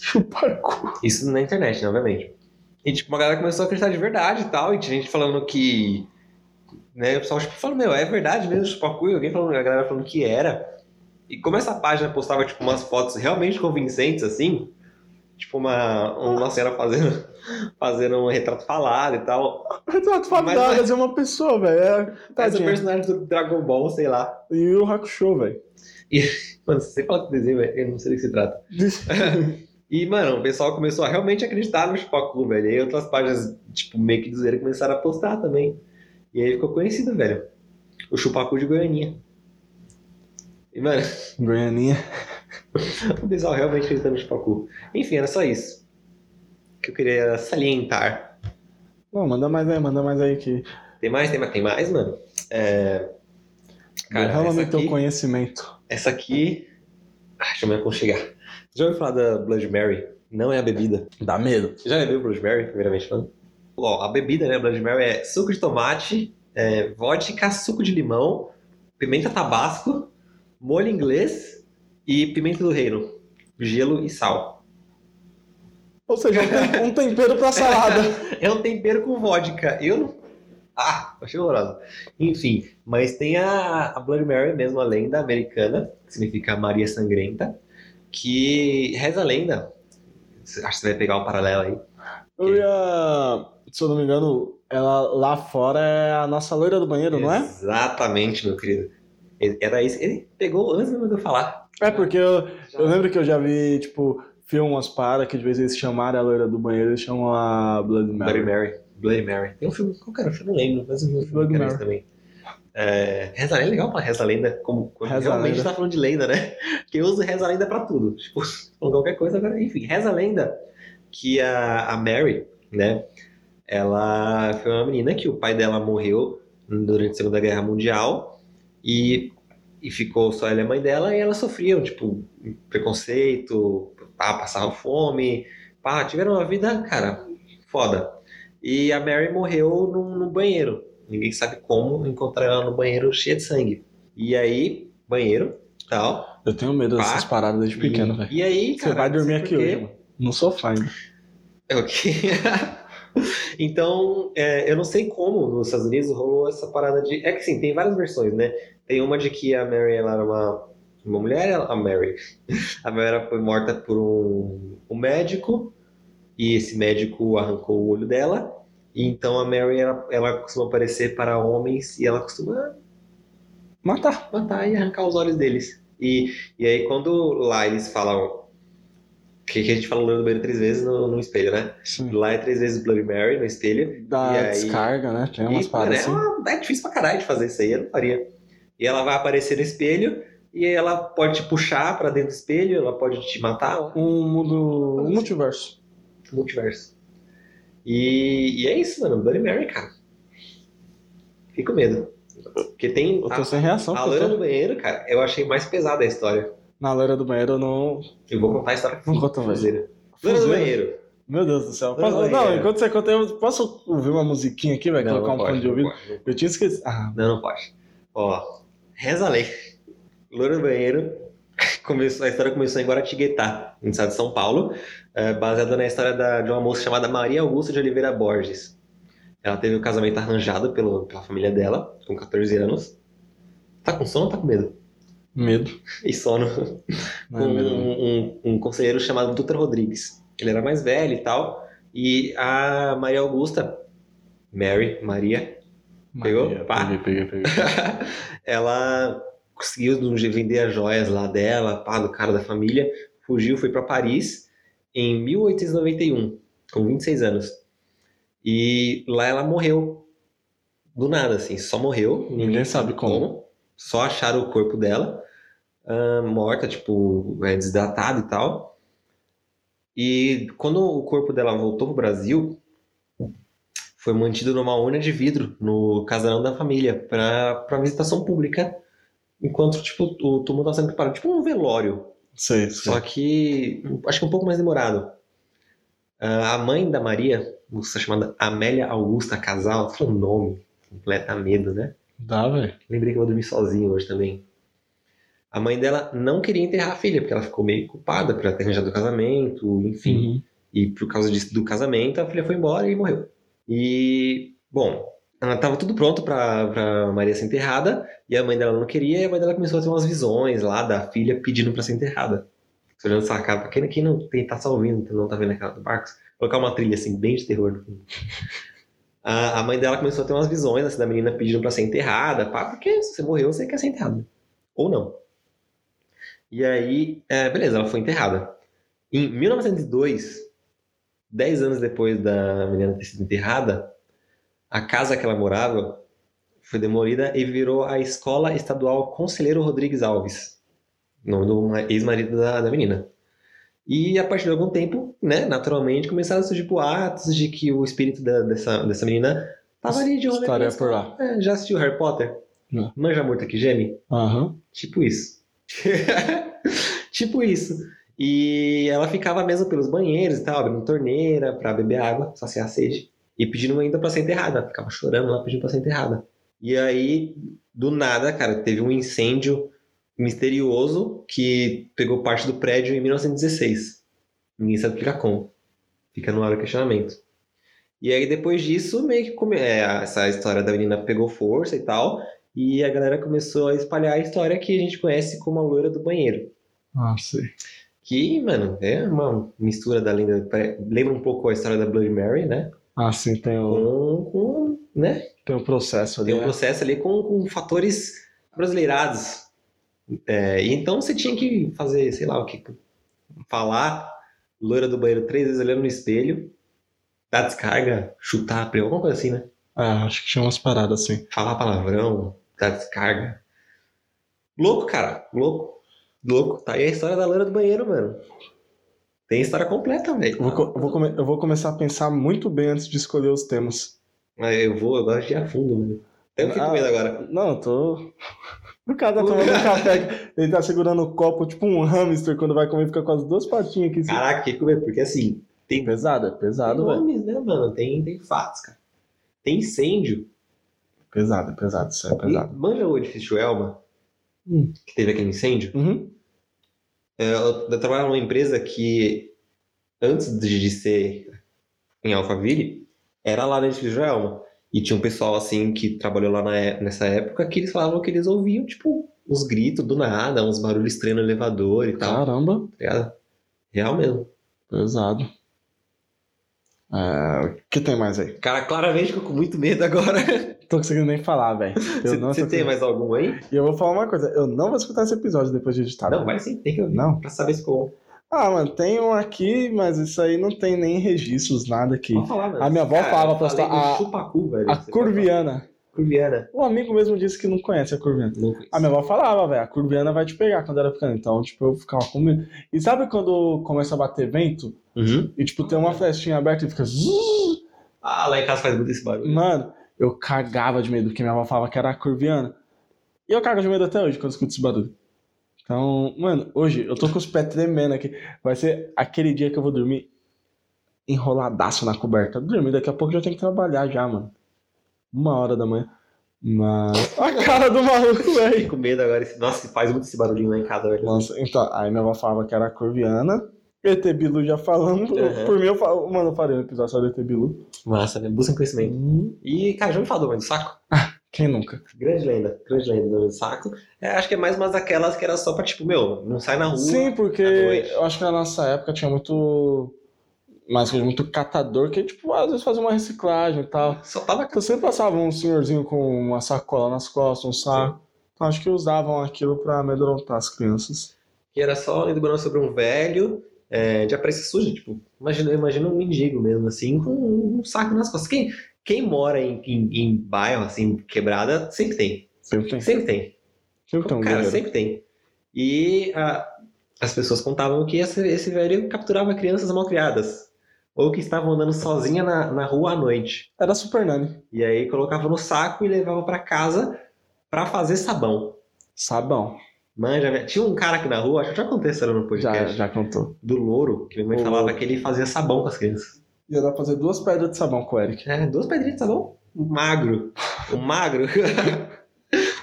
Chupar cu. Isso na internet, né, obviamente. E, tipo, uma galera começou a acreditar de verdade e tal, e tinha gente falando que. Né, o pessoal tipo, falando, meu, é verdade mesmo, chupar cu, e alguém falando, a galera falando que era. E como essa página postava, tipo, umas fotos realmente convincentes, assim, tipo, uma, uma senhora fazendo, fazendo um retrato falado e tal. Retrato Mas- Fabdagas é uma pessoa, velho. É, Essa tadinha. personagem do Dragon Ball, sei lá. E o Hakusho, velho. Mano, se você fala que desenho, velho, eu não sei do que se trata. E, mano, o pessoal começou a realmente acreditar no Chupacu, velho. E aí outras páginas, tipo, meio que dizer começaram a postar também. E aí ficou conhecido, velho. O Chupacu de Goianinha. E, mano, Goianinha. o pessoal realmente acreditando no Chupacu. Enfim, era só isso. Que eu queria salientar. Não, manda mais aí, manda mais aí que Tem mais? Tem mais, tem mais mano? É... Cara, derrama essa no teu aqui, conhecimento. essa aqui... Ah, deixa eu me aconchegar. Já ouviu falar da Blood Mary? Não é a bebida. Dá medo. Já bebeu Bloody Mary, primeiramente falando? Ó, a bebida, né, Bloody Mary é suco de tomate, é, vodka, suco de limão, pimenta tabasco, molho inglês e pimenta do reino, gelo e sal. Ou seja, um tem- um tempero pra salada. É um tempero com vodka. Eu não... Ah, achei horrorosa. Enfim, mas tem a, a Bloody Mary mesmo, a lenda americana, que significa Maria Sangrenta, que reza a lenda. Acho que você vai pegar um paralelo aí. Eu ia. Se eu não me engano, ela lá fora é a nossa loira do banheiro, não é? Exatamente, meu querido. Ele- Era isso. Ele pegou antes mesmo de eu falar. É porque eu, Já. eu lembro que eu já vi, tipo, filmes umas para que de vez eles chamaram a loira do banheiro eles chamam a Blood Bloody Mary. Mary. Bloody Mary. Tem um filme. Qual que era? o filme? Eu não lembro, mas eu vi um filme Bloody que era Mary. isso também. É, Reza Lenda é legal pra Reza Lenda, como quando Reza realmente Lenda. tá falando de lenda, né? Porque eu uso Reza Lenda pra tudo. Tipo, falando qualquer coisa agora. Enfim, Reza Lenda que a, a Mary, né? Ela foi uma menina que o pai dela morreu durante a Segunda Guerra Mundial e, e ficou só ela e a mãe dela e elas sofriam, tipo, preconceito, pá, passavam fome, pá, tiveram uma vida, cara, foda. E a Mary morreu num, num banheiro. Ninguém sabe como encontrar ela no banheiro cheia de sangue. E aí, banheiro, tal. Eu tenho medo dessas Pá. paradas desde pequeno, E- velho. E aí, cara, Você vai não sei dormir aqui por quê. hoje, mano. No sofá ainda. É o quê? então, é, eu não sei como nos Estados Unidos rolou essa parada de. É que sim, tem várias versões, né? Tem uma de que a Mary ela era uma, uma mulher, ela- a Mary. A Mary ela foi morta por um, um médico, e esse médico arrancou o olho dela. E então a Mary ela, ela costuma aparecer para homens e ela costuma Matar. matar e arrancar os olhos deles. E, e aí quando lá eles falam. Que, que a gente fala o nome do banheiro três vezes no, no espelho, né? Sim. Lá é três vezes Bloody Mary no espelho. Dá E aí- descarga, né? Tem umas e, mano, paradas é, assim. uma- é difícil pra caralho de fazer isso aí, eu não faria. E ela vai aparecer no espelho, e ela pode te puxar pra dentro do espelho, ela pode te matar, ó, Um mundo. Um multiverso. multiverso. E, e é isso, mano, Bloody Mary, cara. Fico com medo. Porque tem Eu a, tô sem reação. Ah, a porque eu loira tô- do banheiro, cara, eu achei mais pesada a história. Na loira do banheiro eu não. Eu vou contar a história Não conta, velho. fuzeira. Loira do Fuzeira. banheiro. Meu Deus do céu. Loira do Posso- Não, banheiro. enquanto você conta, eu posso ouvir uma musiquinha aqui, velho? Colocar um pode, fone de não ouvido? pode, não Eu tinha esquecido. Ah, Não, não pode. Ó, reza a lei. Loura do banheiro. Começou, a história começou em Guaratinguetá, no estado de São Paulo, é, baseada na história da- de uma moça chamada Maria Augusta de Oliveira Borges. Ela teve o casamento arranjado pelo- pela família dela, com 14 anos. Tá com sono ou tá com medo? medo. E sono Não com é medo. não. um, um- um conselheiro chamado Dutra Rodrigues. Ele era mais velho e tal. E a Maria Augusta, Mary, Maria, Pegou? Maria, Pá. Peguei, peguei, peguei. ela conseguiu de um jeito vender as joias lá dela, pá, do cara da família, fugiu, foi para Paris em 1891, com 26 anos. E lá ela morreu. Do nada, assim, só morreu. Ninguém sabe como. Só acharam o corpo dela, ah, morta, tipo, é, desidratado e tal. E quando o corpo dela voltou pro Brasil, foi mantido numa urna de vidro no casarão da família pra, pra visitação pública, enquanto, tipo, o túmulo tava sendo preparado, tipo um velório. Sei, sei. Só que um- acho que um pouco mais demorado. Ah, a mãe da Maria, moça chamada Amélia Augusta Casal, tá que nome, completa medo, né? Dá, velho. Lembrei que eu vou dormir sozinho hoje também. A mãe dela não queria enterrar a filha, porque ela ficou meio culpada por ela ter arranjado o casamento, Uhum. enfim. E por causa disso, do casamento, a filha foi embora e morreu. E, bom, ela tava tudo pronto pra, pra Maria ser enterrada, e a mãe dela não queria, e a mãe dela começou a ter umas visões lá da filha pedindo pra ser enterrada. Você olhando essa cara, pra quem, quem não tem, tá só ouvindo, não tá vendo a cara do Marcos, colocar uma trilha assim, bem de terror no fundo. A, a mãe dela começou a ter umas visões assim, da menina pedindo pra ser enterrada, pá, porque se você morreu, você quer ser enterrada. Ou não. E aí, é, beleza, ela foi enterrada. Em 1902, 10 anos depois da menina ter sido enterrada, a casa que ela morava foi demolida e virou a Escola Estadual Conselheiro Rodrigues Alves, nome do ma- ex-marido da, da menina. E a partir de algum tempo, né, naturalmente, começaram a surgir boatos de que o espírito da- dessa, dessa menina tava ali de olho na Estaria escola. por lá. É, já assistiu Harry Potter? Não. Manja morta que geme? Aham. Tipo isso. tipo isso. E ela ficava mesmo pelos banheiros e tal, abrindo torneira pra beber água, saciar a sede. E pedindo ainda pra ser enterrada. Ela Ficava chorando lá pedindo pra ser enterrada. E aí, do nada, cara, teve um incêndio misterioso que pegou parte do prédio em 1916. Ninguém sabe explicar como. Fica no ar o questionamento. E aí, depois disso, meio que come... é, essa história da menina pegou força e tal. E a galera começou a espalhar a história que a gente conhece como a loira do banheiro. Ah, sei. Que, mano, é uma mistura da lenda. pare- Lembra um pouco a história da Bloody Mary, né? Ah, sim, tem o, Com, com né? tem o processo ali. Tem um né? processo ali com, com fatores brasileirados. É, e então você tinha que fazer, sei lá, o que. Falar loira do banheiro três vezes olhando no espelho, dar descarga, chutar a prego, alguma coisa assim, né? Ah, acho que tinha umas paradas assim. falar palavrão, dar descarga. Louco, cara. Louco. Louco. Tá aí a história da loira do banheiro, mano. Tem história completa, velho. Eu vou, co- eu vou come- eu vou começar a pensar muito bem antes de escolher os temas. Mas eu vou, eu gosto de ir a fundo, mano. Até eu fico Ah. com medo agora. Não, eu tô. O cara tá tomando um café. Ele tá segurando o copo tipo um hamster quando vai comer, fica com as duas patinhas aqui. Assim. Caraca, fiquei com medo, porque assim, tem, tem Pesado, é pesado, velho. nomes, né, mano? Tem, tem fatos, cara. Tem incêndio. Pesado, é pesado, isso é pesado. E manja o edifício Elma, Hum. que teve aquele incêndio. Uhum. Eu, eu trabalhava numa empresa que, antes de, de ser em Alphaville, era lá dentro de Joelma. E tinha um pessoal, assim, que trabalhou lá na é- nessa época, que eles falavam que eles ouviam, tipo, uns gritos do nada, uns barulhos estranhos no elevador e Ah. tal, Caramba, tá ligado? Real mesmo. pesado. É, o que tem mais aí? Cara, claramente ficou com muito medo agora. Não tô conseguindo nem falar, velho. Eu Você não você tô tem conseguindo- mais algum aí? E eu vou falar uma coisa, eu não vou escutar esse episódio depois de editado. Não, vai sim, tem que ouvir. Não? Pra saber se ficou. Ah, mano, tem um aqui, mas isso aí não tem nem registros, nada aqui. Pode falar, mano. A minha avó Cara, falava eu pra falei estar- do a- Chupacu, velho. A Você pode curviana. falar. Curviana. O amigo mesmo disse que não conhece a curviana. Não conheço. A minha avó falava, velho, a curviana vai te pegar quando era pequena. Então, tipo, eu ficava com medo. E sabe quando começa a bater vento? Uhum. E, tipo, tem uma flechinha aberta e fica. zzzz? Ah, lá em casa faz muito esse barulho. Mano, eu cagava de medo, porque minha avó falava que era a curviana. E eu cago de medo até hoje quando escuto esse barulho. Então, mano, hoje eu tô com os pés tremendo aqui. Vai ser aquele dia que eu vou dormir enroladaço na coberta. Dormir, daqui a pouco eu já tenho que trabalhar já, mano. Uma hora da manhã. Mas. A cara do maluco, velho. Fiquei com medo agora. esse- Nossa, faz muito esse barulhinho lá em casa, velho. Nossa, então, aí minha avó falava que era curviana. ET Bilu já falamos. Uhum. Por mim, eu falo, mano, eu faria um episódio só do ET Bilu. Massa, né? Busca em conhecimento. Hum, E, cara, já me falou, mano, do saco? Quem nunca? Grande lenda, grande lenda do saco. É, acho que é mais umas daquelas que era só pra, tipo, meu, não sai na rua. Sim, porque à noite. eu acho que na nossa época tinha muito. Mais coisa, muito catador, que tipo, às vezes fazia uma reciclagem e tal. Só tava Então sempre passava um senhorzinho com uma sacola nas costas, um saco. Então acho que usavam aquilo pra amedrontar as crianças. que era só lembrando sobre um velho é, de aparência suja, tipo, imagina, imagina um mendigo mesmo, assim, com um saco nas costas. Quem, quem mora em, em, em bairro, assim, quebrada, sempre tem. Sempre tem. Sempre tem. Sempre tem um Cara, guerreiro. sempre tem. E a- as pessoas contavam que esse, esse velho capturava crianças mal criadas. Ou que estavam andando sozinha na, na rua à noite. Era Super Nani. E aí colocava no saco e levava pra casa pra fazer sabão. Sabão. Manja, velho. tinha um cara aqui na rua, acho que já aconteceu no Já, podcast, já contou. do louro, que minha mãe O falava Louro. que ele fazia sabão com as crianças. Ia dar pra fazer duas pedras de sabão com o Eric. É, duas pedrinhas de sabão? Um magro. Um magro.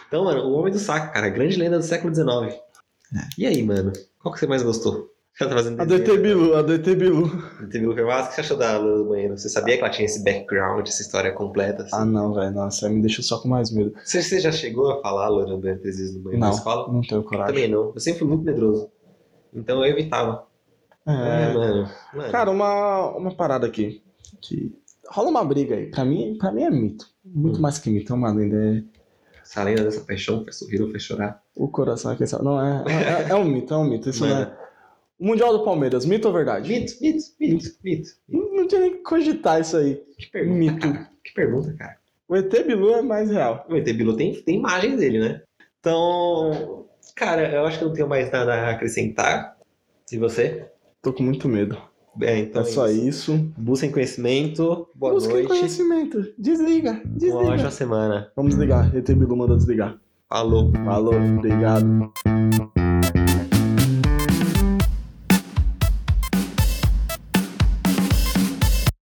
então, mano, o homem do saco, cara, grande lenda do século XIX. É. E aí, mano? Qual que você mais gostou? Ela tá fazendo A DT Bilu, a DT Bilu. DT Bilu Ferraz, o que você achou da Lula do banheiro? Você sabia que ela tinha esse background, essa história completa? assim? Ah, não, velho. Nossa, aí me deixou só com mais medo. Você, você já chegou a falar Lula do banheiro três vezes no banheiro Não, na escola? não tenho Eu coragem. também não. Eu sempre fui muito medroso. Então eu evitava. É, É. mano. mano. Cara, uma, uma parada aqui. Que rola uma briga aí. Pra mim, pra mim é mito. Muito Hum. mais que mito, é uma lenda. É... Essa lenda dessa paixão fez sorrir ou fez chorar. O coração é quem sabe. Não, é, é, é um mito, é um mito. Isso não Mano. é. O Mundial do Palmeiras, mito ou verdade? Mito, mito, mito, mito. Não, não tinha nem que cogitar isso aí. Que pergunta, Mito. cara. Que pergunta, cara. O ET Bilu é mais real. O ET Bilu tem, tem imagem dele, né? Então, cara, eu acho que eu não tenho mais nada a acrescentar. E você? Tô com muito medo. É, então é só isso. Busquem conhecimento. Boa Busquem noite. conhecimento. Desliga, Uma desliga. ótima semana. Vamos ligar. ET Bilu manda desligar. Falou. Falou, obrigado.